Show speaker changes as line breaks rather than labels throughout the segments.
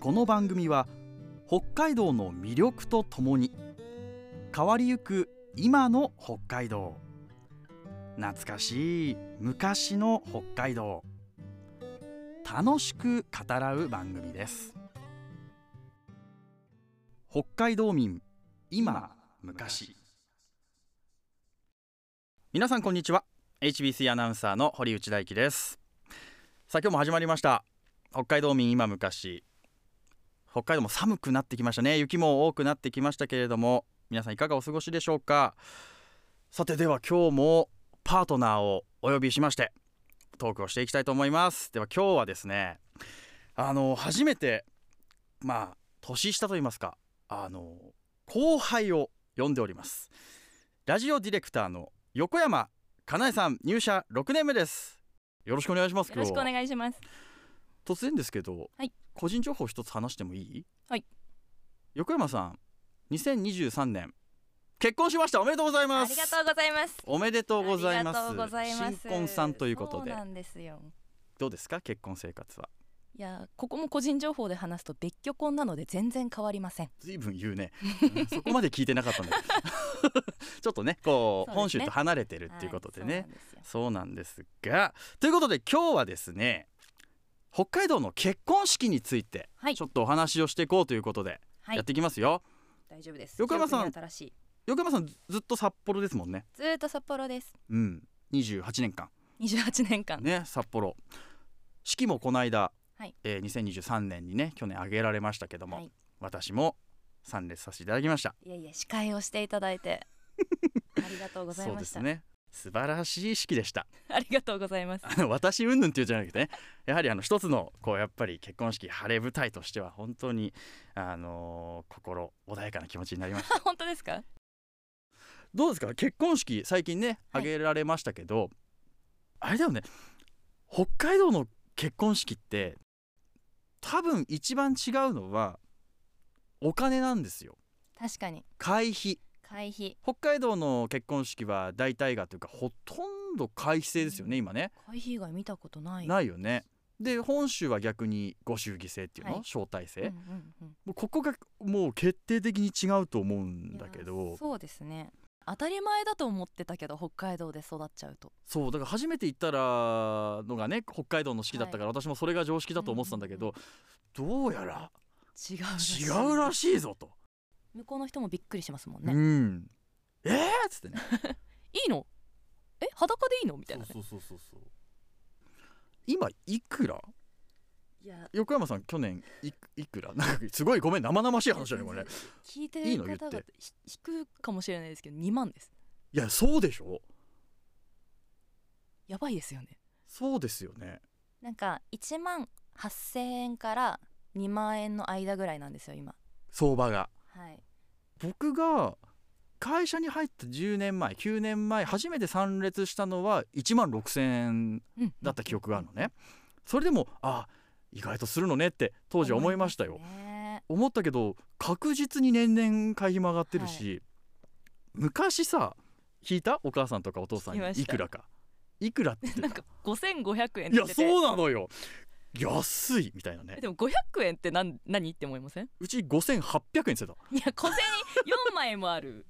この番組は北海道の魅力とともに変わりゆく今の北海道懐かしい昔の北海道楽しく語らう番組です北海道民今昔皆さんこんにちは HBC アナウンサーの堀内大輝ですさあ今日も始まりました北海道民今昔北海道も寒くなってきましたね雪も多くなってきましたけれども皆さんいかがお過ごしでしょうかさてでは今日もパートナーをお呼びしましてトークをしていきたいと思いますでは今日はですねあの初めてまあ年下と言いますかあの後輩を呼んでおりますラジオディレクターの横山かなえさん入社6年目ですよろしくお願いします
よろしくお
今日は
願いします。
突然ですけど、
はい
個人情報一つ話してもいい
はい
横山さん2023年結婚しましたおめでとうござい
あ
ます
りがとうございます。
おめでとうござい
ありが
ま
と
す
うございます
新婚さんということで
そうなんですよ。
どうですか結婚生活はい
やここも個人情報で話すと別居婚なので全然変わりません。
ずいぶん言うね うんそこまで聞いてなかったんだけど ちょっとねこう
そうです
本州
ね
と離れてるっていうことでね、
はいそうなんですよ
そうなんですがということで今日はですね北海道の結婚式について
はい
ちょっとお話をしていこうということで
は
や
い
っていきますよ、
大丈夫です。
横山さん
記憶に新しい。
横山さんずずっと札幌ですもんね
ずーっと札幌です。
うん28年間
28年間。
ね札幌式もこの間、
はい
えー2023年にね去年挙げられましたけども、
はい
私も参列させていただきました
いやいや司会をしていただ いてありがとうござい
そう
ま
で
した。
すね素晴らしい式でした
ありがとうございます。
あの私云々っていうじゃなくてねやはりあの一つのこうやっぱり結婚式晴れ舞台としては本当にあのー心穏やかな気持ちになりました
本当ですか？
どうですか結婚式最近ね
はい
挙げられましたけど、あれだよね北海道の結婚式って多分一番違うのはお金なんですよ
確かに
会費
会費
北海道の結婚式は大体がというかほとんど会費制ですよね、
うん
今ね
会費以外見たことない。
ないよねで本州は逆にご祝儀制っていうの、
はい
招待制、
うんう
も
んうん。
うここがもう決定的に違うと思うんだけ
いや
ど
そうですね当たり前だと思ってたけど北海道で育っちゃうと
そうだから初めて行ったらのがね北海道の式だったから、私もそれが常識だと思ってたんだけど、どうやら
違うらしい
違うらしいぞと。
向こうの人もびっくりしますもんね、
う
い
んえーっつってね
いのえ裸でいいのみたいなね
そうそうそうそう今いくら
いや
横山さん去年いくいくら なんかすごいごめん生々しい話だねこれね
聞いて
いい
る
の言
方
って
がひ引くかもしれないですけど2万です
いやそうでしょ
やばいですよね
そうですよね
なんか1万8000円から2万円の間ぐらいなんですよ今
相場が
はい
僕が会社に入った10年前9年前初めて参列したのは1万6,000円
うん
だった記憶があるのねそれでもあ意外とするのねって当時は思いましたよ
思いますね
思ったけど確実に年々会費も上がってるし、昔さ聞いたお母さんとかお父さんに
聞きました
いくらかいく らって言ってた
なんか5500円
いや
って
そううなのよ安いみたいなね
でも500円って何何って思いません
うち5800円してた
いや小銭4枚も ある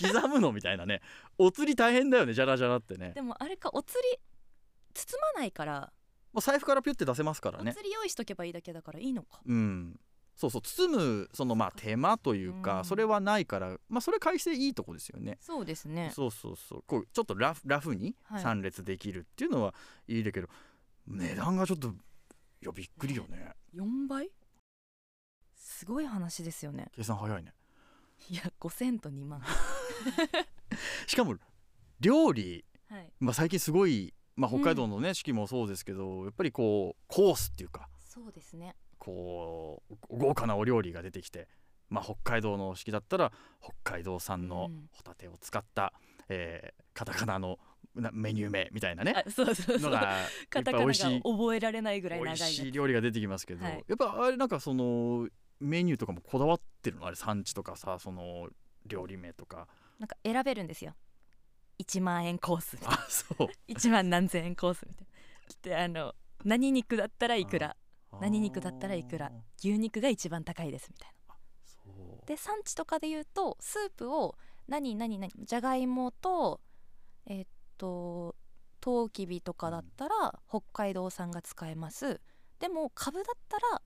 刻むのみたいなねお釣り大変だよねじゃらじゃらってね
でもあれかお釣り包まないから、
もう財布からピュって出せますから
お
ね
釣り用意しとけばいいだけだからいいのか
うんそうそう包むそのまあ手間というか、
うん
それはないからまあそれ改正いいとこですよね
そうですね
そうそうそうこうちょっとラフラフに
はい
参列できるっていうのはいいだけど、値段がちょっといやびっくりよね
4倍すごい話ですよね
計算早いね
いや5000と2万
しかも料理、
はい
まあ、最近すごい、まあ、
うん
北海道のね、四季もそうですけどやっぱりこうコースっていうか
そうですね
こう豪華なお料理が出てきて、まあ、北海道の式だったら北海道産の
うん
ホタテを使った、えーカタカナのなメニュー名みたいなね
あそうそうそ
の
う
がい
カ
っぱ
タ
い
カナ
美
が
味しい
覚えられないぐらい
美味
長い
し
ね
い料理が出てきますけど、
はい
やっぱあれなんかそのメニューとかもこだわってるのあれ産地とかさその料理名と か
なんか選べるんですよ1万円コースみたいな
あそう
1万何千円コースみたいなであの何肉だったらいくら何肉だったらいくら
あー
牛肉が一番高いですみたいな
そう
で産地とかで言うとスープを何何何じゃがいもとえっとトウキビとかだったら北海道産が使えますでも株だったら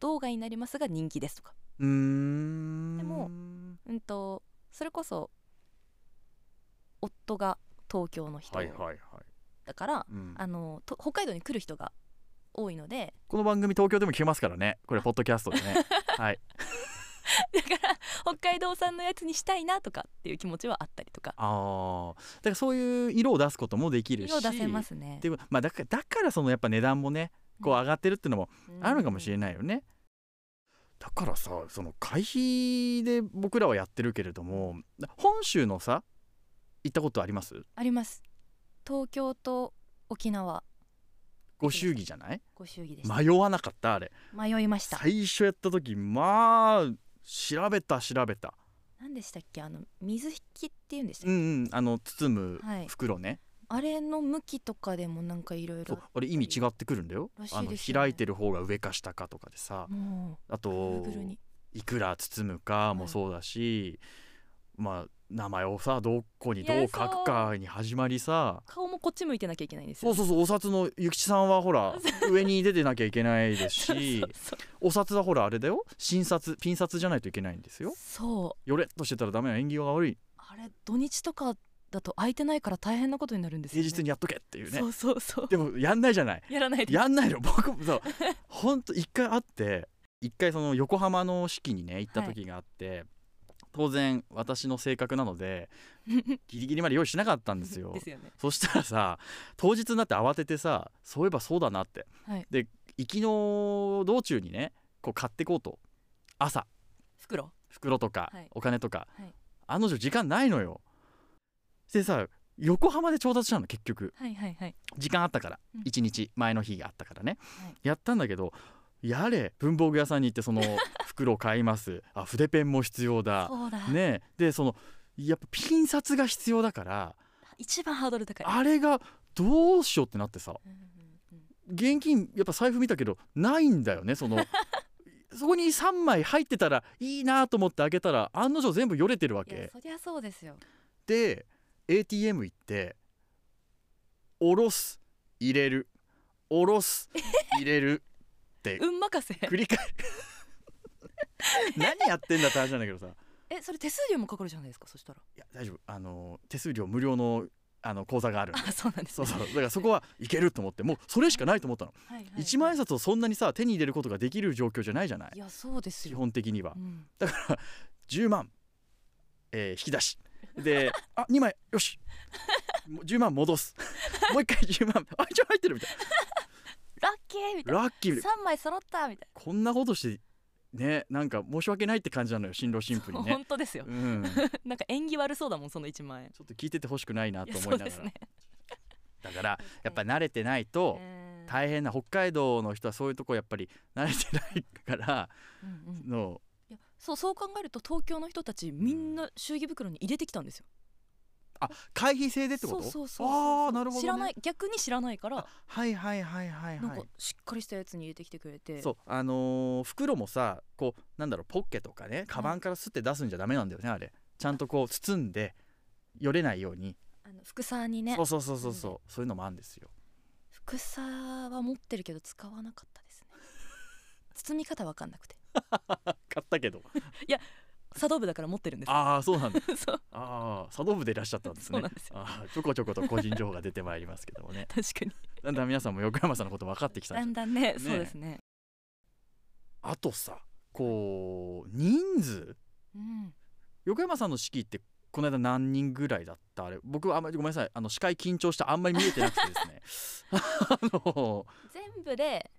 動画になりますが人気ですとか
うーん
でもうんとそれこそ夫が東京の人
はいはいはい、
だから、
うん
あのと北海道に来る人が多いので
この番組東京でも聞けますからねこれポッドキャストでねはい
だから北海道産のやつにしたいなとかっていう気持ちはあったりとか
ああだからそういう色を出すこともできるし
色を出せますすね
っていうことまあだからだからそのやっぱ値段もねこう上がってるっていうのもあるのかもしれないよね、だからさその会費で僕らはやってるけれども本州のさ行ったことあります
あります東京と沖縄
ご祝儀じゃない
ご祝儀でした、
迷わなかったあれ
迷いました
最初やった時まあ調べた調べた
何でしたっけあの水引きっていうんでしたっ
う
け、
んうんあの包む
はい
袋ね、
あれの向きとかでもなんかいろい
そ
ろ
うあれ意味違ってくるんだよ
らしい
あの
ですよね
開いてる方が上か下かとかでさ
も
あ
うぐる
と
ぐるに
いくら包むかもそうだし、まあ名前をさどこにどう書くかに始まりさ
顔もこっち向いてなきゃいけないんです
そ
よ
うそうそうお札の諭吉さんはほ ら上に出てなきゃいけないです
そう
し
そう
お札はほらあれだよ新札ピン札じゃないといけないんです
そう
よ
そう
よれっとしてたらダメな縁起が悪い
あれ土日とかだと空いてないから大変なことになるんですよ、
平
ね、
日にやっとけっていうね
そうそうそう
でもやんないじゃ ない
やらないで
やんないの僕も そうほんと一回会って一回その横浜の式にね行った時があって、当然私の性格なのでギリギリまで用意しなかったんですよ
ですよね
そしたらさ当日になって慌ててさそういえばそうだなって、
はい
で行きの道中にねこう買ってこうと朝
袋
袋とか、
はい
お金とか、
はい
あの女時間ないのよでさ横浜で調達したの結局
はいはいはい
時間あったから、
うん
一日前の日があったからね、
はい
やったんだけどやれ文房具屋さんに行ってそ の袋を買いますあ筆ペンも必要だ
そうだ、
ねえでそのやっぱピン札が必要だから
一番ハードル高い
あれがどうしようってなってさ
うんうんうん
現金やっぱ財布見たけどないんだよねそ のそこに3枚入ってたらいいなと思って開けたら案の定全部よれてるわ
いや
け
そりゃそうですよ
で ATM 行って下ろす入れる下ろす入れ る
運任せ
繰り返る 何やってんだって話なんだけどさい
えそれ手数料もかかるじゃないですか そしたら
や大丈夫あの手数料無料のあの口座があるんで
あそうなんです、
そ
ね、
うそう だからそこはいけると思ってもうそれしかないと思ったの、
はいはいはい
一万円札をそんなにさ手に入れることができる状況じゃないじゃない
いやそうです
基
よ、
本的には
うん、
だから10万、えー引き出しであ2枚よしもう10万戻すもう一回10万あ一応入ってるみたい
ラッキーみた
なラッキ
い
ー
な三枚揃ったみたい
こんなことしてねなんか申し訳ないって感じなのよ新郎新婦
な、
にね
本当ですよ、
うん、ちょ
なんか縁起悪そうだもんその一万円
っと聞いててほしくないないと
や
思い
そう
なが
で
ら、
すね
だからやっぱ慣れてないと
うん
大変な北海道の人はそういうとこやっぱり慣れてないから
うんうん
の
いやそうそう考えると東京の人たちみんな祝儀袋に入れてきたんですよ。
あ会費制でってこと
そうそうそうそう
ああなるほど、ね、
知らない逆に知らないから、
あはいはいはいはい
なん
は
か
い
しっかりしたやつに入れてきてくれて
そうあのー袋もさこうなんだろうポッケとかねカバンからすって出すんじゃダメなんだよねあれちゃんとこう包んでよれないように、
あの副菜にね
そうそうそうそうそう、そういうのもあるんですよ
副菜は持ってるけど使わなかっ たですね包み方わかんなくて
買ったけど
茶道部だから持ってるんで す
ああそうなんだ
そう
ああ茶道部でいらっしゃったんです
そ
ね
うなんですよ
あーちょこちょこと個人情報が出てまいりますけど もね
確かに
だんだん皆さんも横山さんのこと分かってきたんじ
だ
ゃない
んだんねそうですね
あとさこう人数
うん
横山さんの式ってこの間何人ぐらいだったあれ僕はあんまりごめんなさいあの司会緊張してあんまり見えてなくてですね あの
全部で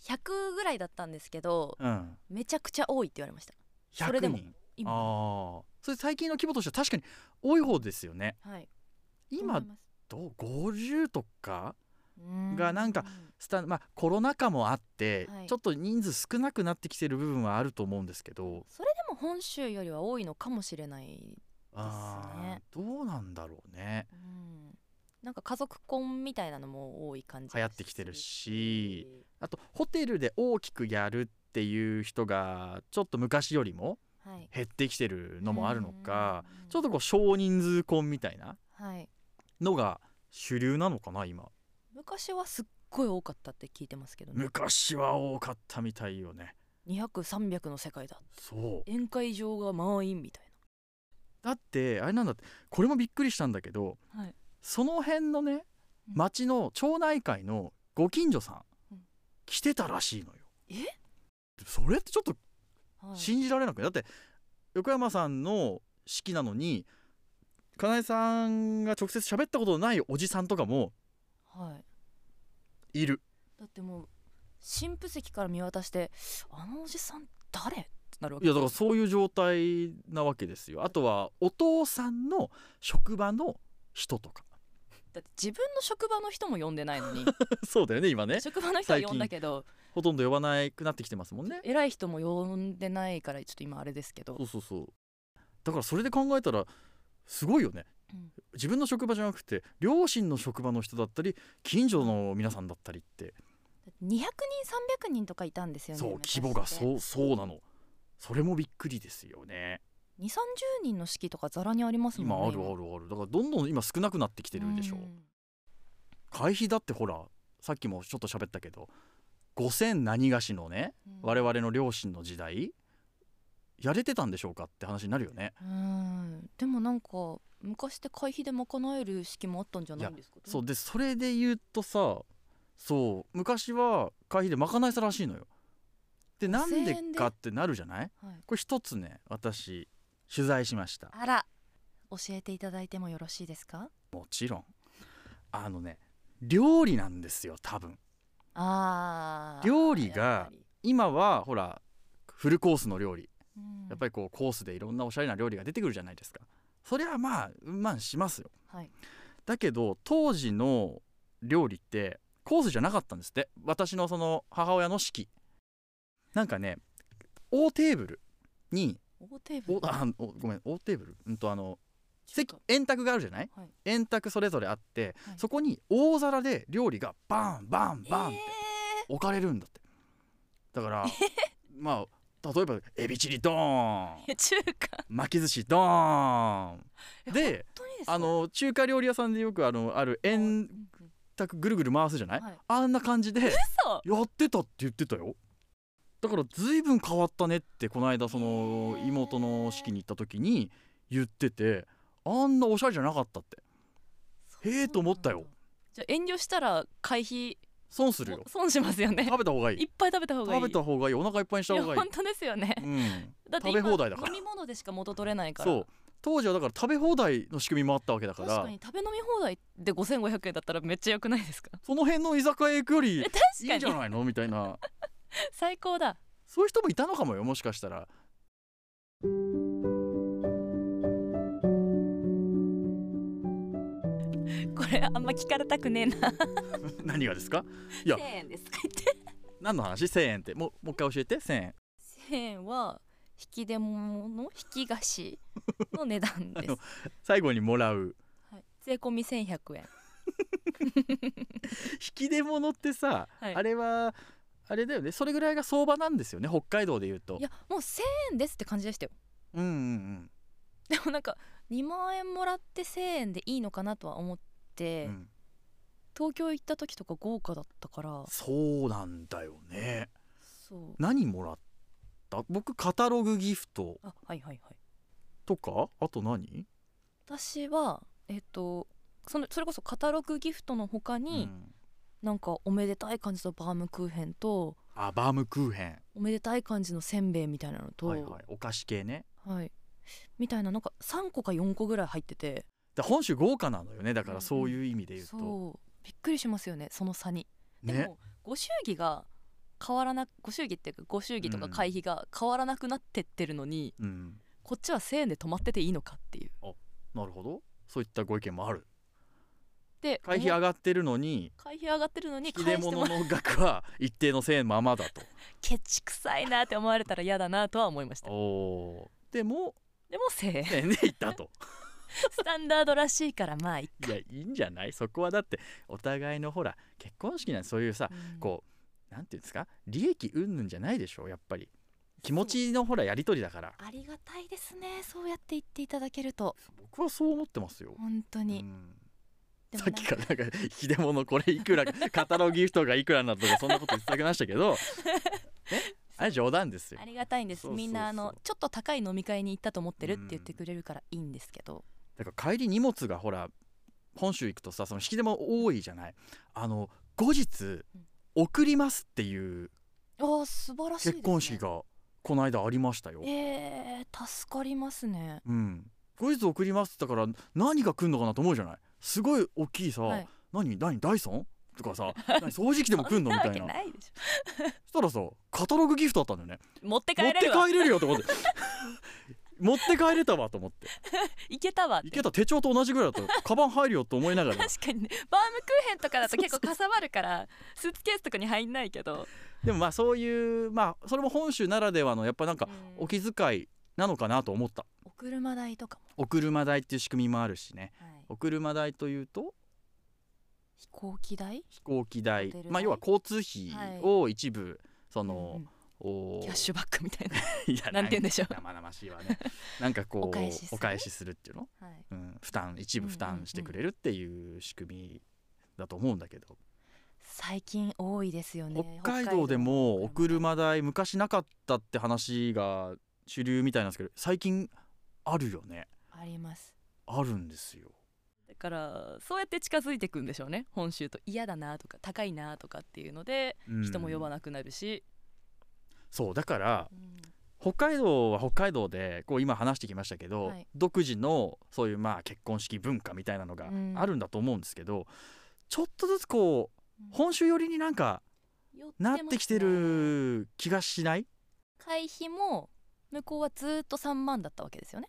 100ぐらいだったんですけど
うん
めちゃくちゃ多いって言われましたそれ
100
でも
人あ
今
あそれ最近の規模としては確かに多い方ですよね
はい
今
と思います
どう50とか
うん
がなんかスタまあコロナ禍もあって、
はい
ちょっと人数少なくなってきてる部分はあると思うんですけど
それでも本州よりは多いのかもしれない、
あーどうなんだろうね
うんなんか家族婚みたいなのも多い感じが
流行ってきてるし
するし
あとホテルで大きくやるっていう人がちょっと昔よりも
はい、
減ってきてるのもあるのか
うんうんうん
ちょっとこう少人数婚みたいな
はい、
のが主流なのかな今
昔はすっごい多かったって聞いてますけどね
昔は多かったみたいよね
200300の世界だ
そう
宴会場が満員みたい
だってあれなんだってこれもびっくりしたんだけど
な、はい、
その辺のね
うん
町の町内会のご近所さん、
うん
来てたらしいのよ
え
それってちょっと
はい
信じられなくて、だって横山さんの式なのにかなえさんが直接喋ったことのないおじさんとかも
はい、
いる
だってもう神父席から見渡してあのおじさん誰ってなるわ
い
け
やだからそういう状態なわけですよあとはお父さんの職場の人とか
だって自分の職場の人も呼んでないのに
そうだよね今ね
職場の人は呼んだけど
ほとんど呼ばなくなってきてますもんね
偉い人も呼んでないからちょっと今あれですけど
そうそうそうだからそれで考えたらすごいよね、
うん
自分の職場じゃなくて両親の職場の人だったり近所の皆さんだったりって、
200人300人とかいたんですよね
そう規模
昔
が
って
そうそうなのそれもびっくりですよね
2 3 0人の式とかざらにあります
今
も
あ
んね
るあるあるだからどんどん今少なくなってきてるでしょ、
うん
会費だってほらさっきもちょっと喋ったけど5,000何がしのね
うん
我々の両親の時代やれてたんでしょうかって話になるよね
うんでもなんか昔って会費で賄える式もあったんじゃないんですか
そうでそれで言うとさそう昔は会費で賄えたらしいのよでな
5000
んで
円で
かってなるじゃない
はい、
これ一つね私取材しました
あら教えていただいてもよろしいですか
もちろんあのね料理なんですよ多分
あー
料理が
やっぱり
今はほらフルコースの料理
うん
やっぱりこうコースでいろんなおしゃれな料理が出てくるじゃないですかそれはまあうんまあしますよ
はい
だけど当時の料理ってコースじゃなかったんですって私のその母親の式なんかね大テーブルに
大テーブ
お
ル
あおごめん大テーブルうんとあの
そう
席
か
円卓があるじゃない
はい
円卓それぞれあって、
はい
そこに大皿で料理がバンバンバンって
え
置かれるんだってだから まあ例えばエビチリドーン
ーいや中華
巻き寿司ドーンで
本当にですか
あの中華料理屋さんでよくあのある円
うんうん
卓ぐるぐる回すじゃない、
はい
あんな感じで
嘘
やってたって言ってたよだから随分変わったねってこの間その
へー
妹の式に行った時に言っててあんなおしゃれじゃなかったってへーと思ったよ
そうなんだじゃあ遠慮したら会費
損するよ
も損しますよね
食べた方がいい
いっぱい食べた方がいい
食べた方がいいお腹いっぱいにした方がい
や
い
本当ですよね
うん、
だって今
食べ放題だから
飲み物でしか元取れないから
そう当時はだから食べ放題の仕組みもあったわけだか
確
ら
かに食べ飲み放題で5500円だったらめっちゃ良くないですか
その辺の居酒屋行くよりいい
え確かに
んじゃないのみたいな
最高だ
そういう人もいたのかもよもしかしたら。
これあんま聞かれたくねえな
何がですかいや
1000円ですか言って
何の話1000円ってもうもう一回教えて1000円
1000円は引き出物の引き菓 子の値段です
あの最後にもらう
はい、税込み1100円
引き出物ってさ、
はい
あれはあれだよねそれぐらいが相場なんですよね北海道でいうと
いやもう1000円ですって感じでしたよ
うんうんうん
でもなんか2万円もらって1000円でいいのかなとは思っ
う
て、
ん
東京行った時とか豪華だったから
そうなんだよね
そう
何もらった僕カタログギフト
あはいはいはい
とかあと何、
私はえっ、とそのそれこそカタログギフトの他
う
に、
ん、
なんかおめでたい感じのバームクーヘンと
あバームクーヘン
おめでたい感じのせんべいみたいなのと、
はいはいお菓子系ね
はいみたいななんか3個か4個ぐらい入ってて
だ本州豪華なのよねだか
うんう
ら
ん
そういう意味で言うと、
そうびっくりしますよねその差に。でも、
ね
ご祝儀が変わらなご祝儀っていうかご祝儀とか
うん
会費が変わらなくなってってるのに、
うん
こっちは1,000円で止まってていいのかっていう。
なるほどそういったご意見もある
で
会費
お
上がってるのに
会費上がってるのに
引き出
返しても
物
らう
の額は一定の1000円ままだと
ケチくさいなって思われたら嫌だなとは思いました
おーでも
でも1,000円
1000円で行ったと
スタンダードらしいからまあいい、
いやいいんじゃないそこはだってお互いのほら結婚式なんてそういうさ
う ん
こうなんていうんですか利益云々じゃないでしょやっぱり気持ちのほらやり取りだから
ありがたいですねそうやって言っていただけると
僕はそう思ってますよ、
本当
う
に、
ん、
でも
さっ
なん
きからなんか引き出物これいくらかカタログギフトがいくらなとかそんなこと言ってましたけ どねあれ冗談ですよ
ありがたいんです
そうそうそう
みんなあのちょっと高い飲み会に行ったと思ってるって言ってくれるからいいんですけど、
だから帰り荷物がほら本州行くとさその引き出物多いじゃないあの後日
うん
送りますっていう
ああ素晴らしいです、
結
ね、
婚式がこの間ありましたよ、
えー、助かりますね
うん、後日送りますって言ったから何が来るのかなと思うじゃないすごい大きいさ、
はい
何何ダイソンとか さ何掃除機でも来んのみたい
そ
なん
わけないでし
そしたらさカタログギフトあったんだよね
ょ持って
持っ
帰れ
て
るわ
帰れるよと 思って持って帰れたわと思って
いけたわって
いけた手帳と同じぐらいだとカバン入るよと思いながら
確かにねバームクーヘンとかだと結構かさばるからスーツケースとかに入んないけど、
でもまあそういうまあそれも本州ならではのやっぱなんか
うん
お気遣いなのかなと思った
お車代とかも、
お車代っていう仕組みもあるしね
はい
お車代というと
飛行機代
飛行機代
ホテル代
まあ要は交通
はい
費を一部、そ
うんう
の
ん、
お
キャッシュバックみたい
いや
ななんて言うんでしょう、
生々しいわ ねなんかこう
お返しする
お返しするっていうの、
はい、
うん、負担一部負担してくれるっていう仕組みだと思うんだけど、
最近多いですよね
北海道でもお
車
車代昔なかったって話が主流みたいなんですけど最近あるよね
あります
あるんですよ
だからそうやって近づいてくんでしょうね本州と嫌だなとか高いなとかっていうので人も呼ば
ない
なくなるし、
そうだから
うん
北海道は北海道でこう今話してきましたけど、
はい
独自のそういうまあ結婚式文化みたいなのが
うん
あるんだと思うんですけど、ちょっとずつこう本州寄りになんか
寄ますね
なってきてる気がしない
会費も向こうはずーっと3万だったわけですよね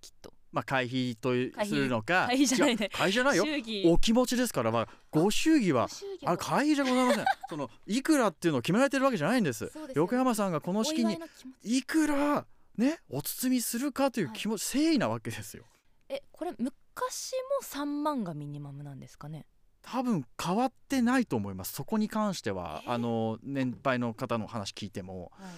きっと
まあ会費という
会費
するのか
会費じゃないね
違う会費じゃ ないよ
祝儀
お気持ちですからまあご祝儀は
祝儀
あれ会費じゃございませんそのいくらっていうのを決められてるわけじゃないんです
そうですよ
横山さんがこの式
お祝い
に
の気持ち
いくらねお包みするかという気持ち、誠意なわけですよ
えこれ昔も3万がミニマムなんですかね
多分変わってないと思いますそこに関しては、
えー
あの年配の方の話聞いても
はい、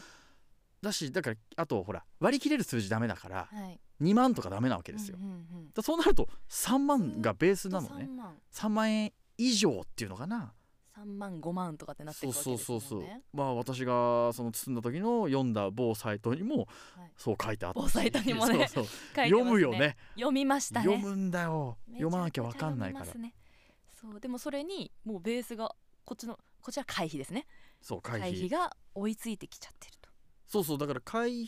だしだからあとほら割り切れる数字ダメだから
はい、
2万とかダメなわけですよ、
うんうん
だそうなると3万がベー
う
ス
ん、
なのね
3万
3万円以上っていうのかな
3万5万とかってなっ
そ
てく
う
るわ
そ
け
う
です
そ
もん
う
ね
そうまあ私がその包んだ時の読んだ某サイトにも
はい
そう書いてあったし
某サイトにも ね
そうそう
書いてます
読むよね
読みましたね
読むんだよ読まなきゃわかんないか
め
ら
ちゃくちゃ読みますねそうでもそれにもうベースがこっちのこちら会費ですね
そう会
会
費
費が追いついてきちゃってると
そうそうだから会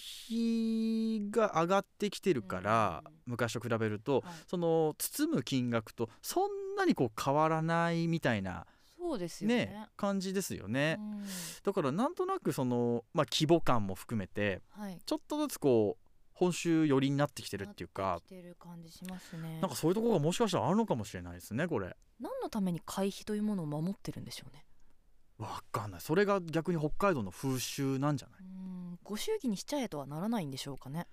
費が上がってきてるから、
うん
昔と比べると、
はい
その包む金額とそんなにこう変わらないみたいな
そうです
ね
よね
感じですよね、
うん
だからなんとなくその、まあ、規模感も含めて
はい
ちょっとずつこう本州寄りになってきてるっていう
な
か
っ、てきてる感じしますね
なんかそういうところがもしかしたらあるのかもしれないですねこれ。
何のために会費というものを守ってるんでしょうね
わかんないそれが逆に北海道の風習なんじゃない
うんご祝儀にしちゃえとはならないんでしょうかね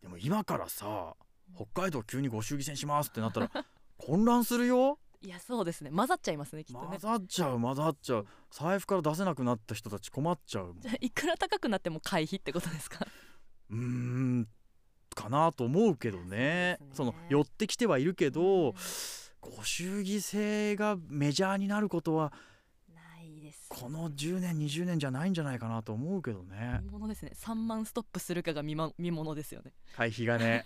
でも今からさ北海道急にご祝儀船しますってなったら混乱するよ
いやそうですね混ざっちゃいますねきっと
混
ね
ざっちゃう混ざっちゃう財布から出せなくなった人たち困っちゃ うもん
じゃあ いくら高くなっても会費ってことですか
うーんかなと思うけどね
そう
そ
ですね
の寄ってきてはいるけど、
うん
ご祝儀制がメジャーになることは
ないです
この10年20年じゃないんじゃないかなと思うけどね
見ものですね3万ストップするかが見,、ま、見ものですよね
会費が ね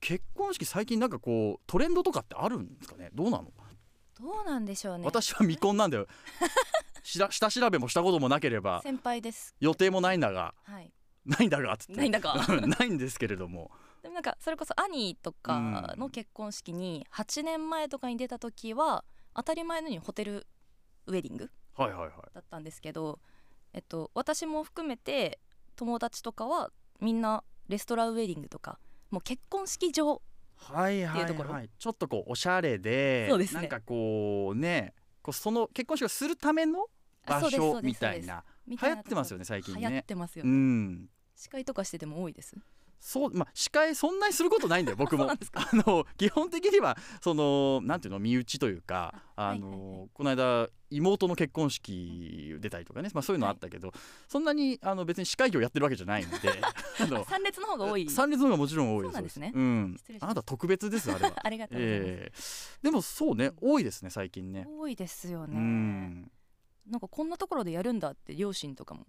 結婚式最近なんかこうトレンドとかってあるんですかねどうなの
どうなんでしょうね
私は未婚なんだよしら下調べもしたこともなけれ ば
先輩です
予定もないんだが
はい
ないんだがっつって
ないんだか
うん ないんですけれども
でもなんかそれこそ兄とかの結婚式に8年前とかに出た時は当たり前のようにホテルウェディング
はいはいはい
だったんですけど、えっと、私も含めて友達とかはみんなレストランウェディングとかもう結婚式場
はいはい
っていうとこ
は
ろ
いちょっとこうおしゃれで
そうですね
なんかこうねこうその結婚式をするための場
あそうですそ
所
うで
み
すそう
た
で
い
す
な
み
流
たい
行
な
ってますよね最近
流行っ
ね
てますよ
う
ね、
ん
司会とかしてても多いです
そうまあ、司会そんなにすることないんだよ僕
そう
も
な
あ
んです
の基本的にはそのなんていうの身内というか
あ
あ
はい
の、
はいは
この間妹の結婚式出たりとかね、まあ、そういうのあったけど、そんなにあの別に司会業やってるわけじゃないので あの
三列の方が多い
三列の方がもちろん多い
そうなんですね
うん
失礼しました
あなた特別です あれは
ありがとうございます、
ええでもそうね多いですね最近ね
多いですよ
う
ね、
ん
なんかこんなところでやるんだって両親とかも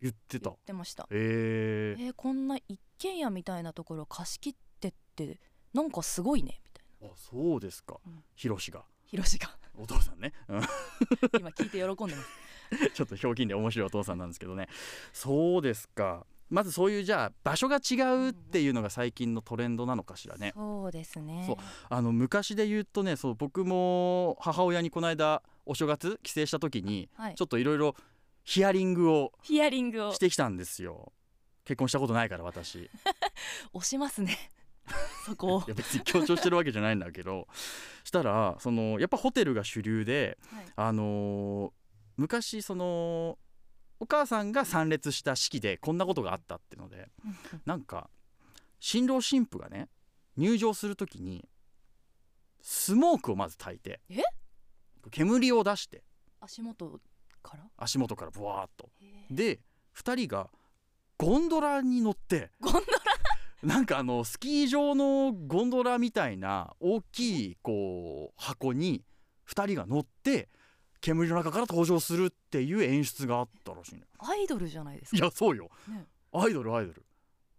言ってた
言ってました
ええ
えーこんな一軒家みたいなところ貸し切ってってなんかすごいねみたいな
あそうですか
うん
ヒロシが
ヒロ シが
お父さんねうん
今聞いて喜んでます
ちょっとひょうきんで面白いお父さんなんですけどね。そうですか。まずそういうじゃあ場所が違うっていうのが最近のトレンドなのかしらね。
そうですね
そうあの昔で言うとね、そう僕も母親にこの間お正月帰省した時に
はい
ちょっといろいろヒアリングを
ヒアリングを
してきたんですよ。結婚したことないから私。い
押します ねそこを
や別に強調してるわけじゃないんだけど、したらそのやっぱホテルが主流で、
はい
あのー昔そのお母さんが参列した式でこんなことがあったってので。
うんうん
なんか新郎新婦がね入場するときにスモークをまず焚いて
え
煙を出して
足元から
足元からブワーっと
へー
で2人がゴンドラに乗って
ゴンドラ
なんかあのスキー場のゴンドラみたいな大きいこう箱に2人が乗って煙の中から登場するっていう演出があったらしいのよ
アイドルじゃないです
い
か
やそうよ
ね
アイドルアイドル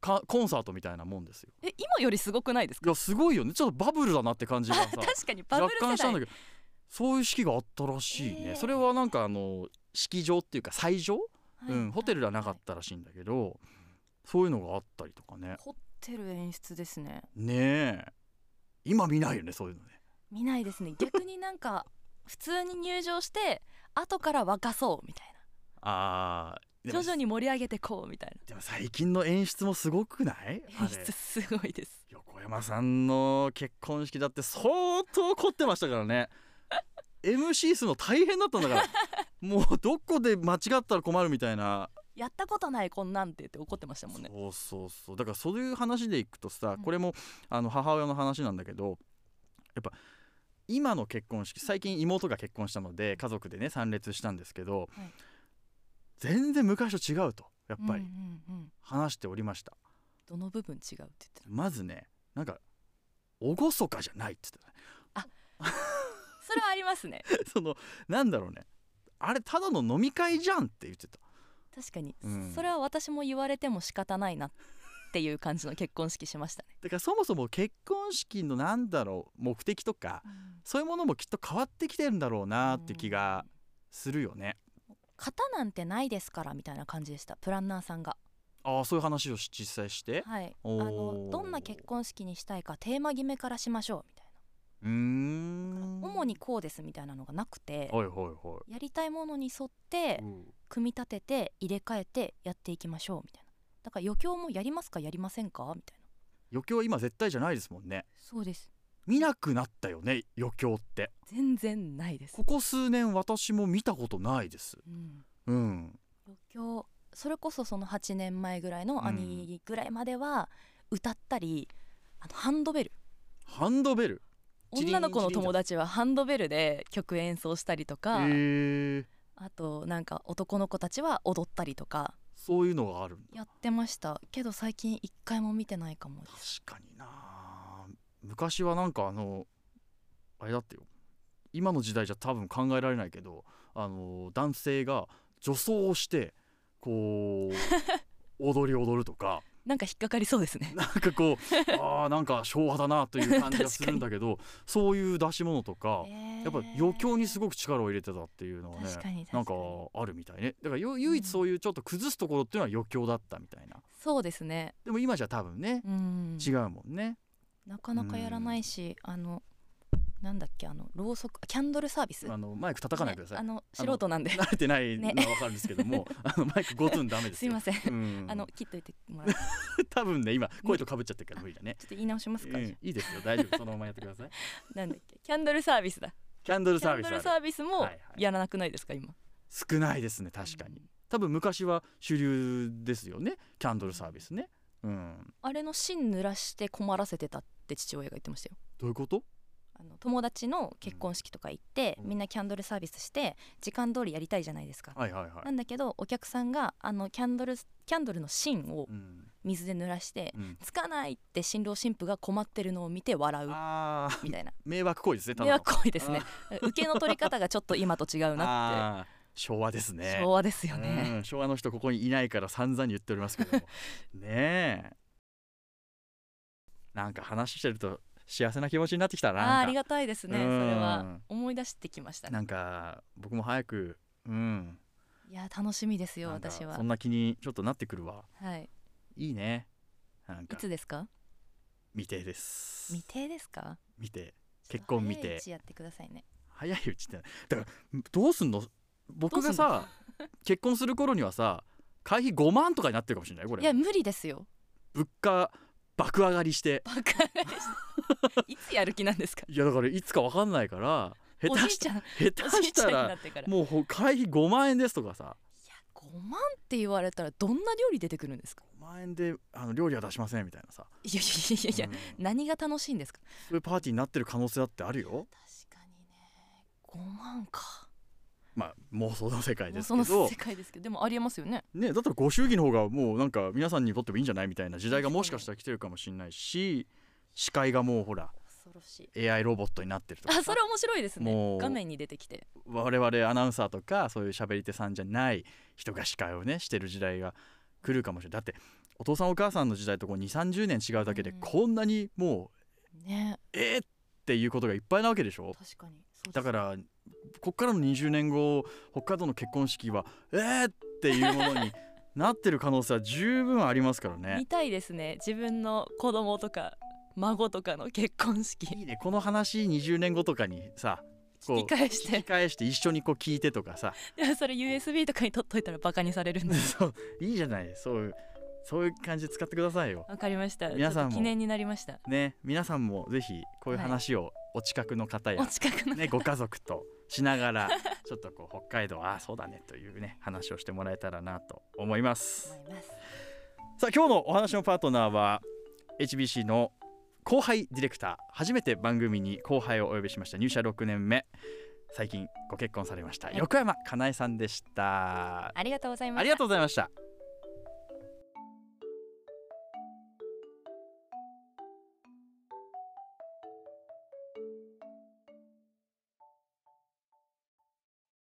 かコンサートみたいなもんですよ
え今よりすごくないです
い
か
やすごいよねちょっとバブルだなって感じがさ
確かにバブル
若
世代
干したんだけどそういう式があったらしいね、
えー
それはなんかあの式場っていうか斎場、
は
う
い
ん、ホテルではなかったらしいんだけど、そういうのがあったりとかね
ホテル演出ですね
ねえ今見ないよねそういうのね
見ないですね逆になんか 普通に入場して後から沸かそうみたい
あー
な
でも
徐々に盛り上げてこうみたい
でも最近の演出もすごくない
な
あ
演
れ
出すごいです
横山さんの結婚式だって相当凝ってましたからね MC するの大変だったんだ からもうどこで間違ったら困るみたいな
やったことないこんなんてって怒ってましたもんね
そうそうそうだからそういう話でいくとさ、
うん
これもあの母親の話なんだけどやっぱ今の結婚式最近妹が結婚したので家族でね参列したんですけど、
はい
全然昔と違うとやっぱ
う
り
んうんうん
話しておりました、
どの部分違うって言ってた
まずねなんか厳かじゃないって言って
それはありますね
た ねそのなんだろうねあれただの飲み会じゃんって言ってた
確かに、
うん
それは私も言われても仕方ないなっていう感じの結婚式しましたね、
だからそもそも結婚式のなんだろう目的とかそういうものもきっと変わってきてるんだろうなって気がするよね。
型なんてないですからみたいな感じでしたプランナーさんが
ああそういう話を実際して、
はいあ
おー
のどんな結婚式にしたいかテーマ決めからしましょうみたいう
ーん
な主にこうですみたいなのがなくて
はいはいは
やりたいものに沿って
い、うん
組み立てて入れ替えてやっていきましょうみたいなだから余興もやりますかやりませんかみたいな
余興今絶対じゃないですもんね
そうです
見なくなったよね余興って
全然ないです、
ここ数年私も見たことないです
うん、
うん
余興それこそその8年前ぐらいの兄ぐらいまでは歌ったり、あのハンドベル
ハンドベルチリン
女の子の友達はハンドベルで曲演奏したりと
へえ
か、あとなんか男の子たちは踊ったりとか
そういうのがあるんだ
やってましたけど最近一回も見てないかもです
確かにな昔はなんかあのあれだってよ今の時代じゃ多分考えられないけどあの男性が女装をしてこ う踊り踊るとか
なんか引っかかりそうですね
なんか こうあーなんか昭和だなという感じがするんだけどそういう出し物とか、やっぱ余興にす
い
ごく力を入れてたっていうのはね
確かに
なんか
確かに
あるみたいねだからよ唯一そういうちょっと崩すところっていうのは余興だったみたいな
そうですね
でも今じゃ多分ね
うん
違うもんね。
なかなかやらないしあのなんだっけあのろうそくあキャンドルサービス
あのマイク叩かないでください
ねあ。の素人なんで
慣れてない
ね
のはわかるんですけども、あのマイクごつんダメですす
い
よ。
ません
うん
あの切っといてもらってちょ
多分ね今声とかぶっちゃってるから無理だね。
っと言い直しますか、
うんいいですよ大丈夫そのままやってくだ さい。
なんだっけキャンドルサービスだ
キャンドル
キ
サー
ャン
ビス
ド
ある
ルサービスも
はいはい
やらなくないですか今
少ないですね確かに。多分昔は主流ですよねキャンドルサービスね。うん、
あれの芯濡らして困らせてたって父親が言ってましたよ
どういうこと
あの友達の結婚式とか行って、
うん
みんなキャンドルサービスして時間通りやりたいじゃないですか、
はいはいは、
ないんだけどお客さんがあのキャンドルキャンドルの芯を
うん
水で濡らして、
うん、
つかないって新郎新婦が困ってるのを見て笑う
ああ
みたいな
迷惑行為ですねた
迷
だの
惑行為ですね 受けの取り方がちょっと今と違うなっ
あー昭和です
て
ね
昭和ですよね、
うん、昭和の人ここにいないから散々に言っておりますけど もねえなんか話してると幸せな気持ちになってきたな
あ
なんか
あーありがたいですねそれ
う
は
ん
思い出してきましたね
なんか僕も早くうん
いや楽しみですよ
なんか
私は
そんな気にちょっとなってくるわ
はい
いいねなん
い
か
つですか
未定です
未定ですか
未定結婚未定
ちょっと早いうちやってくださいね
早いうちってだからどうすんの僕がさ 結婚する頃にはさ会費5万とかになってるかもしれないこ
い
れ
や無理ですよ
物価爆上がりして
バカで したいつやる気なんですか
いやだからいつか分かんないから下
おじい
手し
ちゃん
下手
おじい
し
ちゃん
た
に
ら
なってからい
もうほ会費5万円ですとかさ
や5万って言われたらどんな料理出てくるんですか
5万円であの料理は出しませんみたいなさ、
いやいやいやいや、
うん
何が楽しいんですか
そういうパーティーになってる可能性だってあるよ
確かにね5万か
まあ妄想の世界
もう
です
そ
け
の
ど
世、界ですけどでもありえますよね
ね、だったらご祝儀の方がもうなんか皆さんにとってもいいんじゃないみたいな時代がもしかしたら来てるかもしれないし視界がもうほら
恐ろしい
AI ロボットになってるとか
あそれ面白いです
も
ね
う
画面に出てきて
我々アナウンサーとかそういう喋り手さんじゃない人が司会をねしてる時代が来るかもしれないだってお父さんお母さんの時代とこう2 3 0年違うだけで
うん
こんなにも
ね
うえーっていうことがいっぱいなわけでしょ
確かにそうです
だからこっからの20年後北海道の結婚式はえーっていうものになってる可能性は十分ありますからね
見たいですね自分の子供とか孫とかの結婚式
いいねこの話20年後とかにさこう
聞き返し
聞き
て
返して一緒にこう聞いてとかさ
いやそれ USB とかに取っといたらバカにされるんで
そういいじゃないそういうそういう感じで使ってくださいよ。
わかりました
皆さんも
ちょっと記念になりました
ね皆さんもぜひこういう話をお近くの方や、
お近くの
ね、ご家族としながら ちょっとこう北海道ああそうだねというね話をしてもらえたらなと思います
思。います
さあ今日のお話のパートナーは HBC の後輩ディレクター初めて番組に後輩をお呼びしました入社6年目最近ご結婚されました
い
横山かなえさんでした。
ありがとうございま
あ
し
り
た
がとうございました。